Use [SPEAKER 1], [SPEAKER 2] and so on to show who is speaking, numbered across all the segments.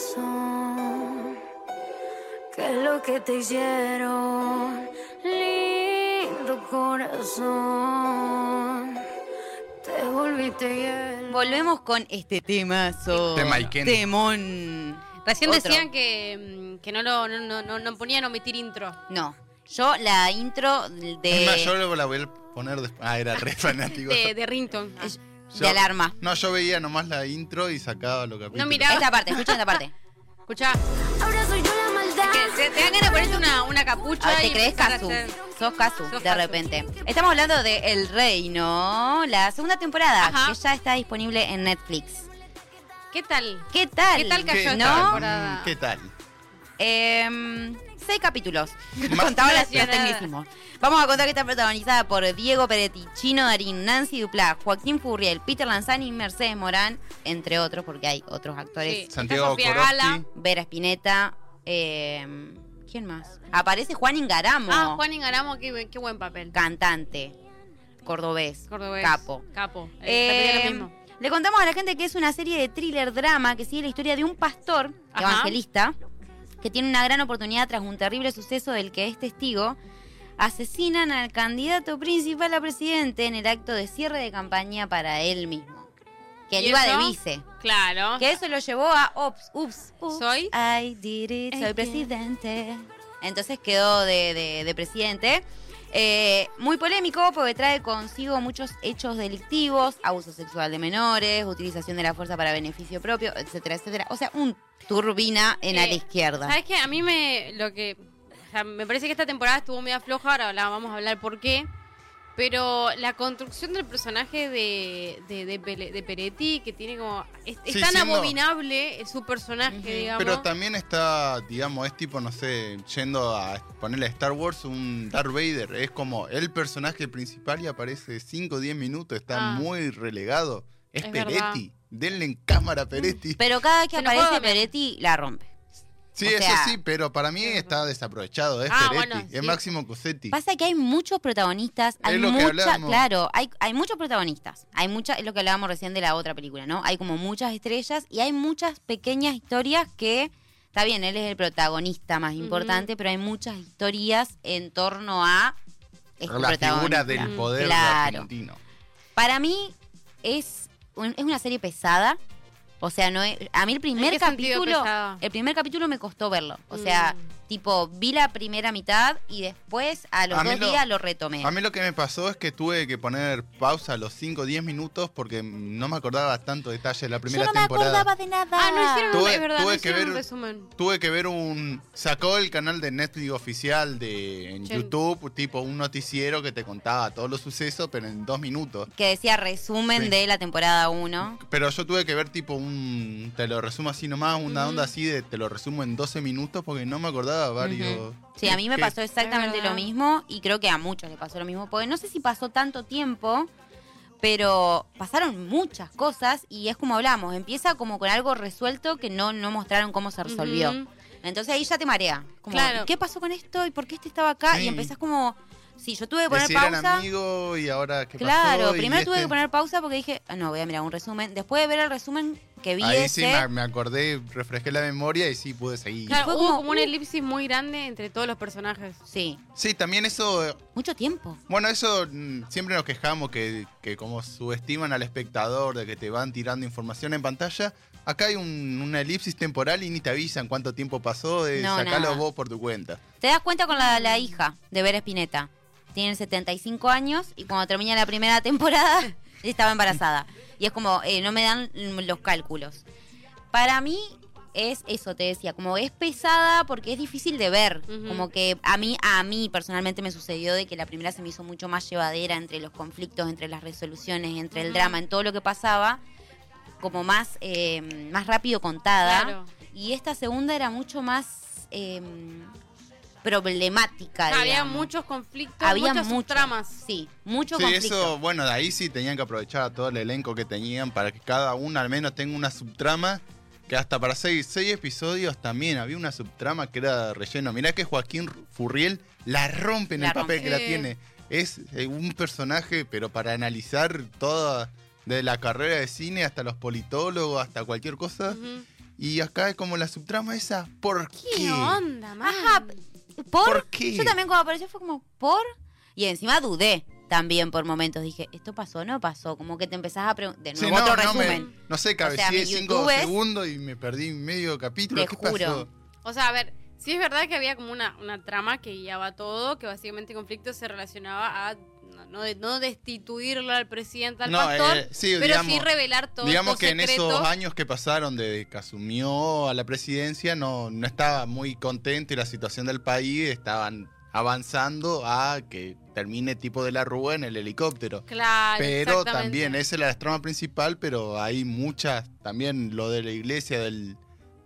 [SPEAKER 1] corazón, qué es lo que te hicieron, lindo corazón, te volviste hielo.
[SPEAKER 2] Volvemos con este temazo.
[SPEAKER 3] Tema Iken.
[SPEAKER 2] Temón.
[SPEAKER 4] Recién
[SPEAKER 2] Otro.
[SPEAKER 4] decían que, mm, que no, lo, no, no, no, no ponían omitir intro.
[SPEAKER 2] No. Yo la intro
[SPEAKER 3] Es
[SPEAKER 4] Eh,
[SPEAKER 3] más, yo
[SPEAKER 2] de,
[SPEAKER 3] luego la voy a poner después. Ah, era re fanático.
[SPEAKER 4] De, de Rington.
[SPEAKER 2] de alarma.
[SPEAKER 3] No, yo veía nomás la intro y sacaba lo capítulos.
[SPEAKER 4] No, mirá.
[SPEAKER 2] Esta parte, escuchen esta parte.
[SPEAKER 4] Escuchá,
[SPEAKER 1] Ahora soy yo la maldad.
[SPEAKER 4] que se- te dan ganas de ponerte una, una
[SPEAKER 2] A
[SPEAKER 4] capucha
[SPEAKER 2] ver, Ah, te
[SPEAKER 4] y
[SPEAKER 2] crees
[SPEAKER 4] empezar a
[SPEAKER 2] Casu.
[SPEAKER 4] hacer-
[SPEAKER 2] Sos Casu, de
[SPEAKER 4] Sos Casu.
[SPEAKER 2] repente. Estamos hablando de El Reino, la segunda temporada,
[SPEAKER 4] Ajá.
[SPEAKER 2] que ya está disponible en Netflix.
[SPEAKER 4] ¿Qué tal?
[SPEAKER 2] ¿Qué tal?
[SPEAKER 4] ¿Qué tal
[SPEAKER 3] ¿Qué
[SPEAKER 4] cayó
[SPEAKER 3] tal? Mm,
[SPEAKER 4] esta
[SPEAKER 2] ¿No?
[SPEAKER 4] temporada?
[SPEAKER 3] ¿Qué tal?
[SPEAKER 2] Em, seis capítulos.
[SPEAKER 3] Más-
[SPEAKER 2] Contaba la
[SPEAKER 4] Gracias.
[SPEAKER 2] tecnicismo. Vamos a contar que está protagonizada por Diego Peretti, Chino Darín, Nancy Duplá, Joaquín Furriel, Peter Lanzani, Mercedes Morán, entre otros, porque hay otros actores.
[SPEAKER 4] Sí. Está
[SPEAKER 3] Santiago
[SPEAKER 4] Sofía
[SPEAKER 3] Korowski.
[SPEAKER 4] Gala.
[SPEAKER 2] Vera Spinetta. em, ¿Quién más? Aparece Juan Ingaramo,
[SPEAKER 4] Ah, Juan Ingaramo, qué, qué buen papel.
[SPEAKER 2] cantante, cordobés,
[SPEAKER 4] Cordobés.
[SPEAKER 2] capo.
[SPEAKER 4] Capo. Eh,
[SPEAKER 2] Eh,
[SPEAKER 4] también lo mismo.
[SPEAKER 2] Le contamos a la gente que es una serie de thriller drama que sigue la historia de un pastor
[SPEAKER 4] Ajá.
[SPEAKER 2] evangelista que tiene una gran oportunidad tras un terrible suceso del que es testigo. Asesinan al candidato principal a presidente en el acto de cierre de campaña para él mismo. Que él
[SPEAKER 4] ¿Y
[SPEAKER 2] iba
[SPEAKER 4] eso?
[SPEAKER 2] de vice.
[SPEAKER 4] Claro.
[SPEAKER 2] Que eso lo llevó a Ops, ups, ups,
[SPEAKER 4] Soy-
[SPEAKER 2] I did it, soy
[SPEAKER 4] Ay,
[SPEAKER 2] presidente. Entonces quedó de, de- de presidente. Eh, muy polémico porque trae consigo muchos hechos delictivos, abuso sexual de menores, utilización de la fuerza para beneficio propio, etcétera, etcétera. O sea, un turbina en a la
[SPEAKER 4] Eh,
[SPEAKER 2] izquierda.
[SPEAKER 4] ¿Sabes qué? A mí me lo que o sea, me parece que esta temporada estuvo media floja, ahora la vamos a hablar por qué. Pero la construcción del personaje de, de, de Pele- de Peretti, que tiene como. Es, es
[SPEAKER 3] Sí,
[SPEAKER 4] tan
[SPEAKER 3] siendo-
[SPEAKER 4] abominable eh, su personaje,
[SPEAKER 2] Ujú.
[SPEAKER 4] digamos.
[SPEAKER 3] Pero también está, digamos, es tipo, no sé, yendo a ponerle a Star Wars un Darth Vader. Es como el personaje principal y aparece 5 o 10 minutos. Está
[SPEAKER 4] Ah.
[SPEAKER 3] muy relegado. Es,
[SPEAKER 4] Es verdad. Mm.
[SPEAKER 3] Peretti. Denle en cámara a Peretti.
[SPEAKER 2] Pero cada vez que
[SPEAKER 4] Se enojó
[SPEAKER 2] aparece
[SPEAKER 4] también.
[SPEAKER 2] Peretti, la rompe.
[SPEAKER 3] sí,
[SPEAKER 2] o
[SPEAKER 3] eso
[SPEAKER 2] sea-
[SPEAKER 3] sí, pero para mí está desaprovechado. Es
[SPEAKER 4] Ah,
[SPEAKER 3] Peretti.
[SPEAKER 4] bueno,
[SPEAKER 3] Es
[SPEAKER 4] sí.
[SPEAKER 3] Máximo Cosetti.
[SPEAKER 2] Pasa que hay muchos protagonistas, hay
[SPEAKER 3] lo que
[SPEAKER 2] mucha,
[SPEAKER 3] hablábamos.
[SPEAKER 2] claro, hay, hay muchos protagonistas, hay mucha, es lo que hablábamos recién de la otra película, ¿no? Hay como muchas estrellas y hay muchas pequeñas historias que, está bien, él es el protagonista más importante, pero hay muchas historias en torno a este
[SPEAKER 3] La figura
[SPEAKER 2] protagonista.
[SPEAKER 3] del poder
[SPEAKER 2] Claro.
[SPEAKER 3] argentino.
[SPEAKER 2] Para mí es, un- es una serie pesada. O sea, no es- a mí el primer
[SPEAKER 4] qué sentido
[SPEAKER 2] capítulo,
[SPEAKER 4] pesada? Mm.
[SPEAKER 2] el primer capítulo me costó verlo. O sea, tipo vi la primera mitad y después a los
[SPEAKER 3] A mí
[SPEAKER 2] dos
[SPEAKER 3] lo-
[SPEAKER 2] días lo retomé.
[SPEAKER 3] A mí lo que me pasó es que tuve que poner pausa a los 5 o 10 minutos porque no me acordaba tanto detalle de la primera
[SPEAKER 2] Yo no
[SPEAKER 3] temporada.
[SPEAKER 2] me acordaba de nada.
[SPEAKER 4] Ah, no hicieron un,
[SPEAKER 3] Tuve-
[SPEAKER 4] es verdad, no
[SPEAKER 3] tuve que
[SPEAKER 4] hicieron un
[SPEAKER 3] ver-
[SPEAKER 4] resumen.
[SPEAKER 3] Tuve que ver un. Sacó el canal de Netflix oficial de en
[SPEAKER 4] Sí.
[SPEAKER 3] YouTube, tipo un noticiero que te contaba todos los sucesos, pero en dos minutos.
[SPEAKER 2] Que decía resumen
[SPEAKER 3] Sí.
[SPEAKER 2] de la temporada 1.
[SPEAKER 3] Pero yo tuve que ver, tipo, un. Te lo resumo así nomás, una onda así de te lo resumo en 12 minutos porque no me acordaba varios.
[SPEAKER 2] Sí, a mí me
[SPEAKER 3] que-
[SPEAKER 2] pasó exactamente
[SPEAKER 4] Es verdad.
[SPEAKER 2] lo mismo y creo que a muchos le pasó lo mismo. Porque no sé si pasó tanto tiempo, pero pasaron muchas cosas y es como hablamos. Empieza como con algo resuelto que no, no mostraron cómo se resolvió.
[SPEAKER 4] Ujú.
[SPEAKER 2] Entonces ahí ya te marea. Como,
[SPEAKER 4] Claro.
[SPEAKER 2] ¿qué pasó con esto? ¿Y por qué este estaba acá?
[SPEAKER 3] Sí.
[SPEAKER 2] Y empezás como, sí, yo tuve que poner
[SPEAKER 3] Que si eran
[SPEAKER 2] pausa.
[SPEAKER 3] amigos y ahora qué pasó.
[SPEAKER 2] Claro,
[SPEAKER 3] y
[SPEAKER 2] primero tuve
[SPEAKER 3] este-
[SPEAKER 2] que poner pausa porque dije, ah, no, voy a mirar un resumen. Después de ver el resumen que vi
[SPEAKER 3] Ahí
[SPEAKER 2] ese,
[SPEAKER 3] sí me, me acordé, refresqué la memoria y sí pude seguir.
[SPEAKER 4] Claro,
[SPEAKER 2] fue
[SPEAKER 4] hubo
[SPEAKER 2] como-
[SPEAKER 4] como, una elipsis muy grande entre todos los personajes.
[SPEAKER 2] sí,
[SPEAKER 3] Sí, también eso eh,
[SPEAKER 2] mucho tiempo.
[SPEAKER 3] Bueno, eso mm, siempre nos quejamos que, que como subestiman al espectador, de que te van tirando información en pantalla. Acá hay un- una elipsis temporal y ni te avisan cuánto tiempo pasó, de
[SPEAKER 2] No,
[SPEAKER 3] sacalo
[SPEAKER 2] nada.
[SPEAKER 3] vos por tu cuenta.
[SPEAKER 2] Te das cuenta con la, la hija de Vera Spinetta. Tiene 75 años y cuando termina la primera temporada estaba embarazada. Y es como, eh, no me dan mm, los cálculos. Para mí es eso, te decía, como es pesada porque es difícil de ver.
[SPEAKER 4] Ujú.
[SPEAKER 2] Como que a mí, a mí personalmente me sucedió de que la primera se me hizo mucho más llevadera entre los conflictos, entre las resoluciones, entre el
[SPEAKER 4] Ujú.
[SPEAKER 2] drama, en todo lo que pasaba. Como más, eh, más rápido contada.
[SPEAKER 4] Claro.
[SPEAKER 2] Y esta segunda era mucho más eh, problemática.
[SPEAKER 4] Había
[SPEAKER 2] digamos.
[SPEAKER 4] muchos conflictos,
[SPEAKER 2] Había
[SPEAKER 4] muchas
[SPEAKER 2] mucho,
[SPEAKER 4] tramas.
[SPEAKER 2] Sí, mucho
[SPEAKER 3] sí,
[SPEAKER 2] conflicto.
[SPEAKER 3] eso, bueno, de ahí sí tenían que aprovechar a todo el elenco que tenían para que cada uno al menos tenga una subtrama. Que hasta para seis, seis episodios también había una subtrama que era relleno. Mirá que Joaquín Furriel la rompe en
[SPEAKER 2] La
[SPEAKER 3] el papel
[SPEAKER 4] rompe.
[SPEAKER 3] que la
[SPEAKER 4] Sí.
[SPEAKER 3] tiene. Es eh, un personaje, pero para analizar toda, de la carrera de cine hasta los politólogos, hasta cualquier cosa.
[SPEAKER 4] Ujú.
[SPEAKER 3] Y acá es como la subtrama esa. ¿Por qué?
[SPEAKER 4] ¿Qué onda, man?
[SPEAKER 2] Ajá, ¿por?
[SPEAKER 3] ¿Por qué?
[SPEAKER 2] Yo también cuando apareció fue como, ¿por? Y encima dudé también por momentos. Dije, ¿esto pasó o no pasó? Como que te empezás a preguntar. De
[SPEAKER 3] Sí,
[SPEAKER 2] nuevo,
[SPEAKER 3] no,
[SPEAKER 2] otro
[SPEAKER 3] no, me-
[SPEAKER 2] resumen.
[SPEAKER 3] no sé,
[SPEAKER 2] sea, mi
[SPEAKER 3] cabeceé cinco
[SPEAKER 2] YouTube es-
[SPEAKER 3] segundos y me perdí medio capítulo.
[SPEAKER 2] Te
[SPEAKER 3] ¿Qué
[SPEAKER 2] juro.
[SPEAKER 3] pasó?
[SPEAKER 4] O sea, a ver, sí es verdad que había como una, una trama que guiaba todo, que básicamente el conflicto se relacionaba a no, no de- no destituirlo al presidente, al
[SPEAKER 3] No,
[SPEAKER 4] pastor,
[SPEAKER 3] eh, sí,
[SPEAKER 4] pero
[SPEAKER 3] digamos-
[SPEAKER 4] sí revelar todo.
[SPEAKER 3] Digamos
[SPEAKER 4] estos
[SPEAKER 3] que en
[SPEAKER 4] secretos.
[SPEAKER 3] esos años que pasaron desde que asumió a la presidencia no, no estaba muy contento y la situación del país estaban avanzando a que termine tipo de la Rúa en el helicóptero.
[SPEAKER 4] Claro,
[SPEAKER 3] Pero
[SPEAKER 4] exactamente.
[SPEAKER 3] también, esa es la trama principal, pero hay muchas, también lo de la iglesia, del,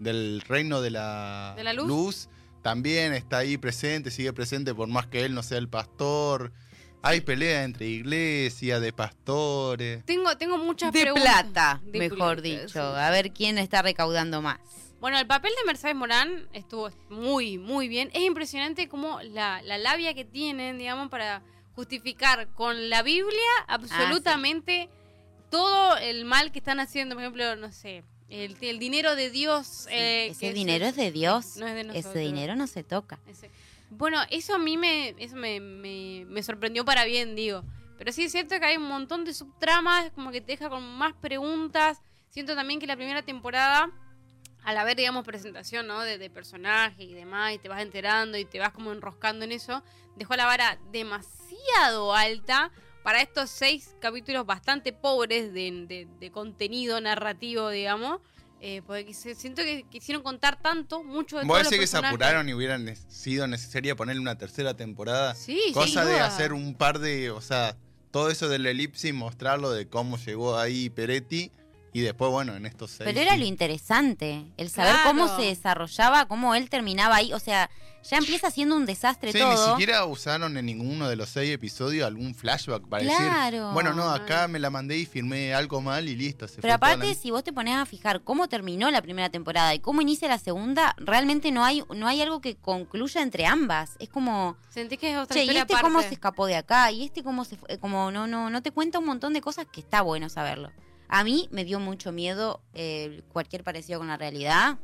[SPEAKER 3] del reino de la,
[SPEAKER 4] ¿De la luz?
[SPEAKER 3] también está ahí presente, sigue presente por más que él no sea el pastor. Hay peleas entre iglesias, de pastores.
[SPEAKER 4] Tengo, tengo muchas
[SPEAKER 2] De
[SPEAKER 4] preguntas.
[SPEAKER 2] plata,
[SPEAKER 4] De
[SPEAKER 2] mejor
[SPEAKER 4] plata,
[SPEAKER 2] dicho.
[SPEAKER 4] sí.
[SPEAKER 2] A ver quién está recaudando más.
[SPEAKER 4] Bueno, el papel de Mercedes Morán estuvo muy, muy bien. Es impresionante como la, la labia que tienen, digamos, para justificar con la Biblia absolutamente
[SPEAKER 2] Ah,
[SPEAKER 4] todo el mal que están haciendo. Por ejemplo, no sé, el, el dinero de Dios. eh, que
[SPEAKER 2] Ese
[SPEAKER 4] es-
[SPEAKER 2] dinero es de Dios.
[SPEAKER 4] No es de nosotros.
[SPEAKER 2] Ese dinero no se toca.
[SPEAKER 4] Ese- Bueno, eso a mí me, eso me, me, me sorprendió para bien, digo. Pero sí es cierto que hay un montón de subtramas, como que te deja con más preguntas. Siento también que la primera temporada, al haber, digamos, presentación, ¿no? De, de personaje y demás, y te vas enterando y te vas como enroscando en eso, dejó la vara demasiado alta para estos seis capítulos bastante pobres de, de- de contenido narrativo, digamos. Eh, porque se- siento que quisieron contar tanto, mucho de
[SPEAKER 3] Voy a
[SPEAKER 4] todos los
[SPEAKER 3] decir que se
[SPEAKER 4] personajes.
[SPEAKER 3] apuraron y hubieran ne- sido necesaria ponerle una tercera temporada.
[SPEAKER 4] Sí, sin
[SPEAKER 3] cosa de
[SPEAKER 4] duda.
[SPEAKER 3] hacer un par de, o sea, todo eso del elipsis, mostrarlo de cómo llegó ahí Peretti y después, bueno, en estos seis.
[SPEAKER 2] Pero era
[SPEAKER 3] sí.
[SPEAKER 2] lo interesante, el saber
[SPEAKER 4] Claro.
[SPEAKER 2] cómo se desarrollaba, cómo él terminaba ahí. O sea, ya empieza siendo un desastre
[SPEAKER 3] Sí, ni
[SPEAKER 2] todo.
[SPEAKER 3] siquiera usaron en ninguno de los seis episodios algún flashback para
[SPEAKER 2] Claro.
[SPEAKER 3] decir, bueno, no, acá me la mandé y firmé algo mal y listo. se
[SPEAKER 2] Pero
[SPEAKER 3] fue toda la
[SPEAKER 2] aparte, si vos te pones a fijar cómo terminó la primera temporada y cómo inicia la segunda, realmente no hay, no hay algo que concluya entre ambas. Es como,
[SPEAKER 4] Sentís que es otra
[SPEAKER 2] che, ¿y
[SPEAKER 4] historia
[SPEAKER 2] este
[SPEAKER 4] aparte.
[SPEAKER 2] cómo se escapó de acá? ¿Y este cómo se fue? Como, no, no, no te cuenta un montón de cosas que está bueno saberlo. A mí me dio mucho miedo eh, cualquier parecido con la realidad.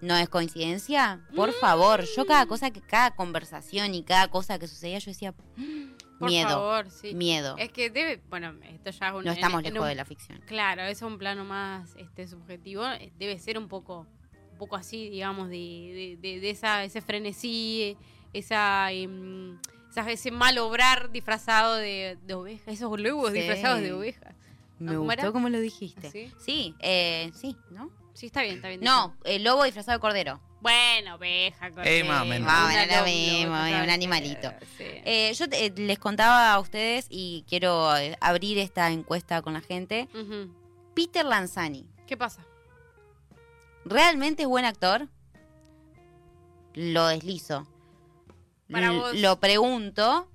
[SPEAKER 2] No es coincidencia. Por
[SPEAKER 4] Mm.
[SPEAKER 2] favor, yo cada cosa que, cada conversación y cada cosa que sucedía, yo decía,
[SPEAKER 4] Por
[SPEAKER 2] miedo,
[SPEAKER 4] favor, sí.
[SPEAKER 2] miedo.
[SPEAKER 4] Es que debe, bueno, esto ya es un
[SPEAKER 2] no estamos
[SPEAKER 4] en- en
[SPEAKER 2] lejos
[SPEAKER 4] un-
[SPEAKER 2] de la ficción.
[SPEAKER 4] Claro, es un plano más este subjetivo, eh, debe ser un poco un poco así, digamos, de, de, de- de esa ese frenesí, eh, esa, em, esa- ese mal obrar disfrazado de, de oveja, esos lobos
[SPEAKER 2] Sí.
[SPEAKER 4] disfrazados de oveja.
[SPEAKER 2] Me
[SPEAKER 4] ¿No? ¿Cómo era?
[SPEAKER 2] gustó como lo dijiste.
[SPEAKER 4] ¿Sí?
[SPEAKER 2] Sí, eh, sí, ¿no?
[SPEAKER 4] Sí, está bien, está bien.
[SPEAKER 2] No, el lobo disfrazado de cordero.
[SPEAKER 4] Bueno, oveja,
[SPEAKER 3] Eh, más o menos.
[SPEAKER 2] Más o
[SPEAKER 4] una
[SPEAKER 2] menos Ah, lo
[SPEAKER 4] lobo-
[SPEAKER 2] mismo,
[SPEAKER 4] lobo,
[SPEAKER 2] eh, un
[SPEAKER 4] ¿sabes?
[SPEAKER 2] animalito.
[SPEAKER 4] Sí.
[SPEAKER 2] Eh, yo te- eh, les contaba a ustedes y quiero eh, abrir esta encuesta con la gente.
[SPEAKER 4] Ujú.
[SPEAKER 2] Peter Lanzani,
[SPEAKER 4] ¿Qué pasa?
[SPEAKER 2] ¿realmente es buen actor? Lo deslizo.
[SPEAKER 4] Para
[SPEAKER 2] L-
[SPEAKER 4] vos.
[SPEAKER 2] Lo pregunto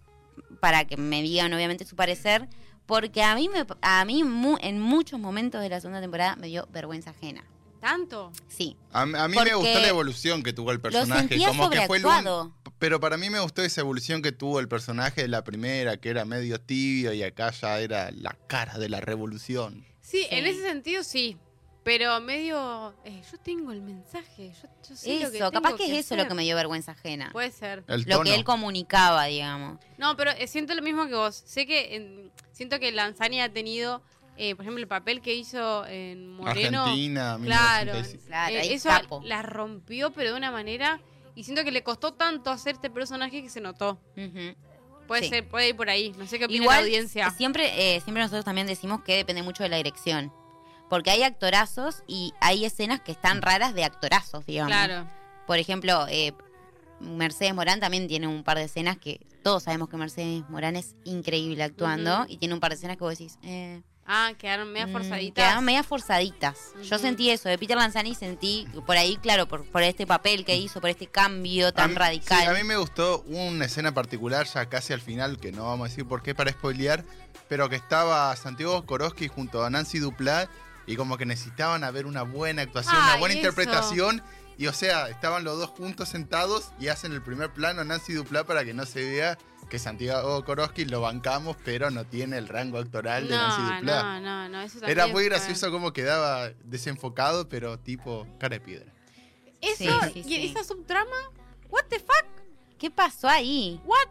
[SPEAKER 2] para que me digan obviamente su parecer, porque a mí, me, a mí mu- en muchos momentos de la segunda temporada me dio vergüenza ajena.
[SPEAKER 4] ¿Tanto?
[SPEAKER 2] Sí,
[SPEAKER 3] A, a mí
[SPEAKER 2] Porque
[SPEAKER 3] me gustó la evolución que tuvo el
[SPEAKER 2] lo
[SPEAKER 3] personaje.
[SPEAKER 2] sentía
[SPEAKER 3] como que fue el un-
[SPEAKER 2] sobreactuado.
[SPEAKER 3] Pero para mí me gustó esa evolución que tuvo el personaje de la primera, que era medio tibio y acá ya era la cara de la revolución.
[SPEAKER 4] Sí,
[SPEAKER 2] Sí.
[SPEAKER 4] en ese sentido sí. Pero medio. eh, yo tengo el mensaje. Yo, yo sé lo que
[SPEAKER 2] Eso, capaz
[SPEAKER 4] tengo
[SPEAKER 2] que es eso lo que
[SPEAKER 4] hacer.
[SPEAKER 2] me dio vergüenza ajena.
[SPEAKER 4] Puede ser.
[SPEAKER 3] El
[SPEAKER 2] lo
[SPEAKER 3] tono.
[SPEAKER 2] que él comunicaba, digamos.
[SPEAKER 4] No, pero eh, siento lo mismo que vos. Sé que. en- siento que Lanzani ha tenido. eh, por ejemplo, el papel que hizo en Moreno.
[SPEAKER 3] Argentina,
[SPEAKER 4] Claro.
[SPEAKER 3] 1986.
[SPEAKER 2] Claro,
[SPEAKER 4] eh,
[SPEAKER 2] ahí
[SPEAKER 4] eso
[SPEAKER 2] capo.
[SPEAKER 4] la rompió, pero de una manera. Y siento que le costó tanto hacer este personaje que se notó.
[SPEAKER 2] Ujú.
[SPEAKER 4] Puede
[SPEAKER 2] Sí.
[SPEAKER 4] ser, puede ir por ahí. No sé qué opina
[SPEAKER 2] Igual,
[SPEAKER 4] la audiencia.
[SPEAKER 2] Siempre, eh, siempre nosotros también decimos que depende mucho de la dirección. Porque hay actorazos y hay escenas que están raras de actorazos, digamos.
[SPEAKER 4] Claro.
[SPEAKER 2] Por ejemplo, eh, Mercedes Morán también tiene un par de escenas que todos sabemos que Mercedes Morán es increíble actuando
[SPEAKER 4] Ujú.
[SPEAKER 2] y tiene un par de escenas que vos decís, eh,
[SPEAKER 4] Ah, quedaron media
[SPEAKER 2] Mm,
[SPEAKER 4] forzaditas.
[SPEAKER 2] Quedaban media forzaditas. Yo
[SPEAKER 4] Ujú.
[SPEAKER 2] sentí eso. De Peter Lanzani sentí por ahí, claro, por, por este papel que hizo, por este cambio tan
[SPEAKER 3] A mí-
[SPEAKER 2] radical.
[SPEAKER 3] sí, a mí me gustó una escena particular ya casi al final, que no vamos a decir por qué para spoilear, pero que estaba Santiago Koroski junto a Nancy Duplat y como que necesitaban a ver una buena actuación, una
[SPEAKER 4] Ay,
[SPEAKER 3] buena
[SPEAKER 4] eso.
[SPEAKER 3] interpretación. Y o sea, estaban los dos juntos sentados y hacen el primer plano a Nancy Duplat para que no se vea que Santiago Koroski lo bancamos, pero no tiene el rango actoral de Nancy
[SPEAKER 4] No,
[SPEAKER 3] Duplá.
[SPEAKER 4] no, no, no, eso
[SPEAKER 3] Era
[SPEAKER 4] también
[SPEAKER 3] muy
[SPEAKER 4] fue-
[SPEAKER 3] gracioso cómo quedaba desenfocado, pero tipo cara de piedra.
[SPEAKER 4] Eso,
[SPEAKER 2] Sí, sí,
[SPEAKER 4] y
[SPEAKER 2] sí.
[SPEAKER 4] esa subtrama, what the fuck,
[SPEAKER 2] ¿Qué pasó ahí?
[SPEAKER 4] what?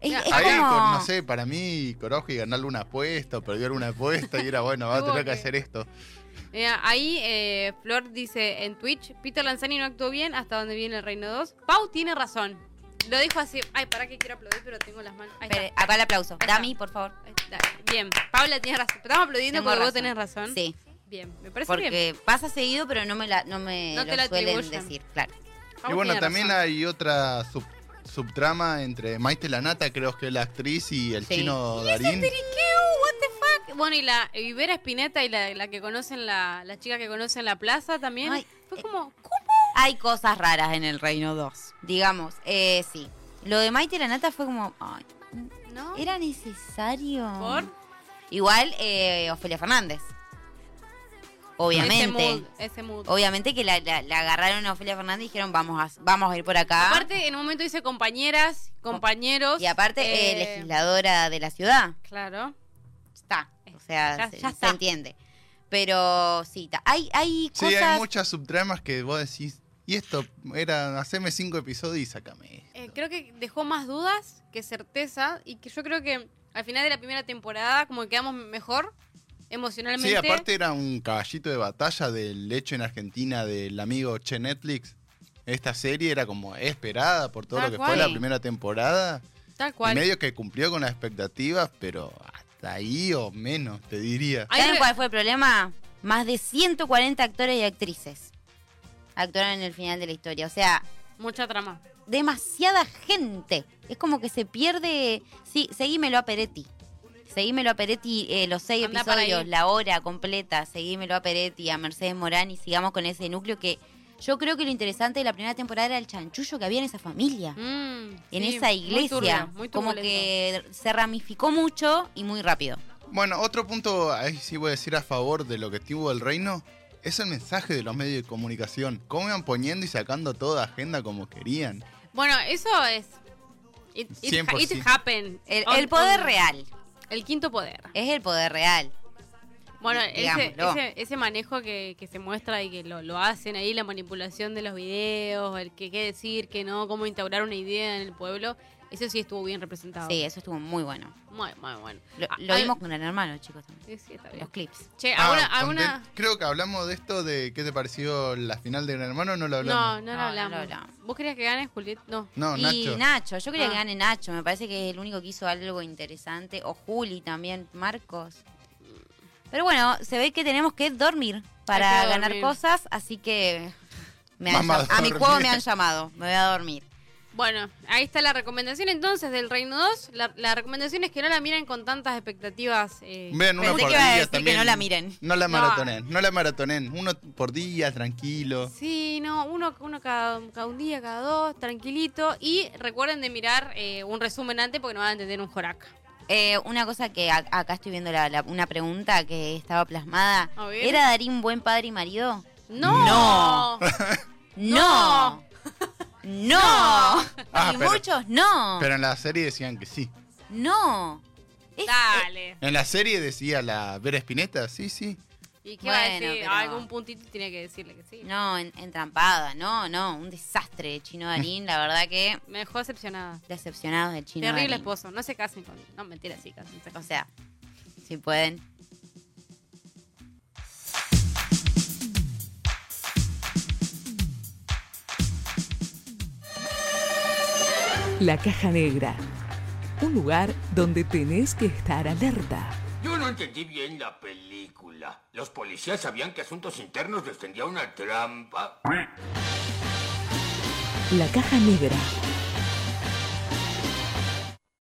[SPEAKER 2] Es,
[SPEAKER 4] Ya,
[SPEAKER 2] es
[SPEAKER 3] Ahí,
[SPEAKER 2] como...
[SPEAKER 3] con- no sé, para mí, Koroski ganó alguna apuesta o perdió alguna apuesta y era bueno, va a
[SPEAKER 4] Tuvo
[SPEAKER 3] tener que
[SPEAKER 4] que-
[SPEAKER 3] hacer esto.
[SPEAKER 4] Eh, ahí eh, Flor dice en Twitch, Peter Lanzani no actuó bien hasta donde viene el Reino 2. Pau tiene razón. Lo dijo así, ay, para que quiero aplaudir, pero tengo las manos. Ahí está.
[SPEAKER 2] Espere, acá el aplauso.
[SPEAKER 4] Ahí está.
[SPEAKER 2] Dami, por favor.
[SPEAKER 4] Ahí está. Bien, Paula tiene razón. Estamos aplaudiendo
[SPEAKER 2] Tengo
[SPEAKER 4] porque
[SPEAKER 2] razón.
[SPEAKER 4] vos tenés razón.
[SPEAKER 2] Sí,
[SPEAKER 4] Bien, me parece bien.
[SPEAKER 2] porque pasa seguido, pero no me, la, no me
[SPEAKER 4] No
[SPEAKER 2] lo
[SPEAKER 4] te la
[SPEAKER 2] suelen
[SPEAKER 4] atribuyen.
[SPEAKER 2] decir. Claro.
[SPEAKER 4] Pau
[SPEAKER 3] y bueno,
[SPEAKER 4] tiene
[SPEAKER 3] también
[SPEAKER 4] razón.
[SPEAKER 3] hay otra sub- subtrama entre Maite Lanata, creo que es la actriz, y el
[SPEAKER 2] Sí.
[SPEAKER 3] chino Darín.
[SPEAKER 4] Bueno, y la y Vera Espineta y la, la que conocen, la, la chica que conocen la plaza también.
[SPEAKER 2] Ay,
[SPEAKER 4] fue
[SPEAKER 2] eh,
[SPEAKER 4] como,
[SPEAKER 2] Hay cosas raras en el Reino 2, digamos. Eh, sí. Lo de Maite y la nata fue como... ay,
[SPEAKER 4] ¿no?
[SPEAKER 2] ¿Era necesario?
[SPEAKER 4] Por
[SPEAKER 2] Igual eh, Ofelia Fernández.
[SPEAKER 4] ese
[SPEAKER 2] Obviamente.
[SPEAKER 4] Este mood. Ese mood.
[SPEAKER 2] Obviamente que la, la- la agarraron a Ofelia Fernández y dijeron, vamos a, vamos a ir por acá.
[SPEAKER 4] Aparte, en un momento dice compañeras, compañeros.
[SPEAKER 2] Ah. y aparte, eh,
[SPEAKER 4] eh,
[SPEAKER 2] legisladora de la ciudad.
[SPEAKER 4] Claro.
[SPEAKER 2] Está. O sea,
[SPEAKER 4] Ya-
[SPEAKER 2] se,
[SPEAKER 4] ya
[SPEAKER 2] se
[SPEAKER 4] está.
[SPEAKER 2] entiende. Pero sí, ta- hay, hay
[SPEAKER 3] Sí,
[SPEAKER 2] cosas...
[SPEAKER 3] hay muchas subtramas que vos decís, y esto era, haceme cinco episodios y sacame esto.
[SPEAKER 4] Eh, creo que dejó más dudas que certeza y que yo creo que al final de la primera temporada como que quedamos mejor emocionalmente.
[SPEAKER 3] Sí, aparte era un caballito de batalla del hecho en Argentina del amigo Che Netflix. Esta serie era como esperada por todo
[SPEAKER 4] Tal
[SPEAKER 3] lo que
[SPEAKER 4] cual.
[SPEAKER 3] fue la primera temporada.
[SPEAKER 4] Tal
[SPEAKER 3] Y
[SPEAKER 4] cual.
[SPEAKER 3] medio que cumplió con las expectativas, pero hasta ahí o menos, te diría.
[SPEAKER 4] Ahí
[SPEAKER 2] ¿Saben
[SPEAKER 4] re-
[SPEAKER 2] cuál fue el problema? Más de 140 actores y actrices actuaron en el final de la historia. O sea,
[SPEAKER 4] Mucha trama.
[SPEAKER 2] demasiada gente. Es como que se pierde. Sí, seguímelo a Peretti. Seguímelo a Peretti eh, los seis
[SPEAKER 4] Anda para
[SPEAKER 2] episodios,
[SPEAKER 4] ahí.
[SPEAKER 2] la hora completa. Seguímelo a Peretti, a Mercedes Morán y sigamos con ese núcleo que yo creo que lo interesante de la primera temporada era el chanchullo que había en esa familia.
[SPEAKER 4] Mm,
[SPEAKER 2] En
[SPEAKER 4] sí,
[SPEAKER 2] esa
[SPEAKER 4] muy turbio,
[SPEAKER 2] iglesia,
[SPEAKER 4] muy
[SPEAKER 2] como
[SPEAKER 4] turbulento.
[SPEAKER 2] que se ramificó mucho y muy rápido.
[SPEAKER 3] Bueno, otro punto, ahí sí voy a decir a favor de lo que tuvo el reino, es el mensaje de los medios de comunicación. Cómo iban poniendo y sacando toda agenda como querían.
[SPEAKER 4] Bueno, eso es... It, it-
[SPEAKER 3] 100%.
[SPEAKER 4] it happen.
[SPEAKER 2] El,
[SPEAKER 4] On-
[SPEAKER 2] el poder
[SPEAKER 4] on-
[SPEAKER 2] real
[SPEAKER 4] El quinto poder.
[SPEAKER 2] es el poder real.
[SPEAKER 4] Bueno,
[SPEAKER 2] di-
[SPEAKER 4] ese,
[SPEAKER 2] digámoslo.
[SPEAKER 4] ese, ese manejo que, que se muestra y que lo, lo hacen ahí, la manipulación de los videos, el que qué decir, qué no, cómo instaurar una idea en el pueblo, eso sí estuvo bien representado.
[SPEAKER 2] Sí, eso estuvo muy bueno.
[SPEAKER 4] Muy, muy bueno.
[SPEAKER 2] Lo,
[SPEAKER 4] Ah,
[SPEAKER 2] lo
[SPEAKER 4] al-
[SPEAKER 2] vimos con el hermano, chicos, también.
[SPEAKER 4] Sí, sí, está bien.
[SPEAKER 2] Los clips.
[SPEAKER 4] Che,
[SPEAKER 3] Ah,
[SPEAKER 4] ¿alguna,
[SPEAKER 3] content-
[SPEAKER 4] alguna-
[SPEAKER 3] Creo que hablamos de esto, de qué te pareció la final de Gran Hermano, no lo
[SPEAKER 4] No, no,
[SPEAKER 3] hablamos.
[SPEAKER 4] lo
[SPEAKER 2] No, no lo
[SPEAKER 4] hablamos.
[SPEAKER 2] hablamos.
[SPEAKER 4] ¿Vos querías que gane Juliet? No.
[SPEAKER 3] No,
[SPEAKER 2] y
[SPEAKER 3] Nacho.
[SPEAKER 2] Nacho. yo quería
[SPEAKER 4] Ah.
[SPEAKER 2] que gane Nacho, me parece que es el único que hizo algo interesante. O Juli también, Marcos. Pero bueno, se ve que tenemos que dormir para
[SPEAKER 4] Hay que
[SPEAKER 2] ganar
[SPEAKER 4] dormir.
[SPEAKER 2] cosas, así que me han
[SPEAKER 3] Vamos a
[SPEAKER 2] llam- a, mi
[SPEAKER 3] dormir.
[SPEAKER 2] juego me han llamado, me voy a dormir.
[SPEAKER 4] Bueno, ahí está la recomendación entonces del Reino 2. La, la recomendación es que no la miren con tantas expectativas. eh,
[SPEAKER 3] Vean una
[SPEAKER 2] Pensé
[SPEAKER 3] por
[SPEAKER 2] que iba a
[SPEAKER 3] día
[SPEAKER 2] decir que
[SPEAKER 3] también.
[SPEAKER 2] no la miren.
[SPEAKER 3] No la
[SPEAKER 4] No.
[SPEAKER 3] maratonen, no la maratonen. Uno por día, tranquilo.
[SPEAKER 4] Sí, no, uno, uno cada, cada un día, cada dos, tranquilito. Y recuerden de mirar eh, un resumen antes porque no van a entender un joraca.
[SPEAKER 2] Eh, una cosa que a- acá estoy viendo la- la- una pregunta que estaba plasmada.
[SPEAKER 4] A ver.
[SPEAKER 2] ¿Era Darín buen padre y marido?
[SPEAKER 4] ¡No!
[SPEAKER 2] No. No.
[SPEAKER 3] Ah,
[SPEAKER 2] y
[SPEAKER 3] pero-
[SPEAKER 2] muchos no.
[SPEAKER 3] Pero en la serie decían que sí.
[SPEAKER 2] no. Es-
[SPEAKER 4] Dale.
[SPEAKER 3] En la serie decía la Vera Espineta, sí, sí.
[SPEAKER 4] ¿Y qué va a
[SPEAKER 2] Bueno,
[SPEAKER 4] decir?
[SPEAKER 2] pero-
[SPEAKER 4] Algún puntito tiene que decirle que sí.
[SPEAKER 2] No, en- entrampada, no, no, un desastre de Chino Darín, la verdad que
[SPEAKER 4] Me dejó decepcionada.
[SPEAKER 2] decepcionados del Chino
[SPEAKER 4] Terrible
[SPEAKER 2] Darín.
[SPEAKER 4] esposo. No se casen con. No, mentira, sí, casen.
[SPEAKER 2] O sea, si pueden.
[SPEAKER 5] La Caja Negra. Un lugar donde tenés que estar alerta.
[SPEAKER 6] Yo no entendí bien la película. Los policías sabían que Asuntos Internos les tendía una trampa.
[SPEAKER 5] La Caja Negra.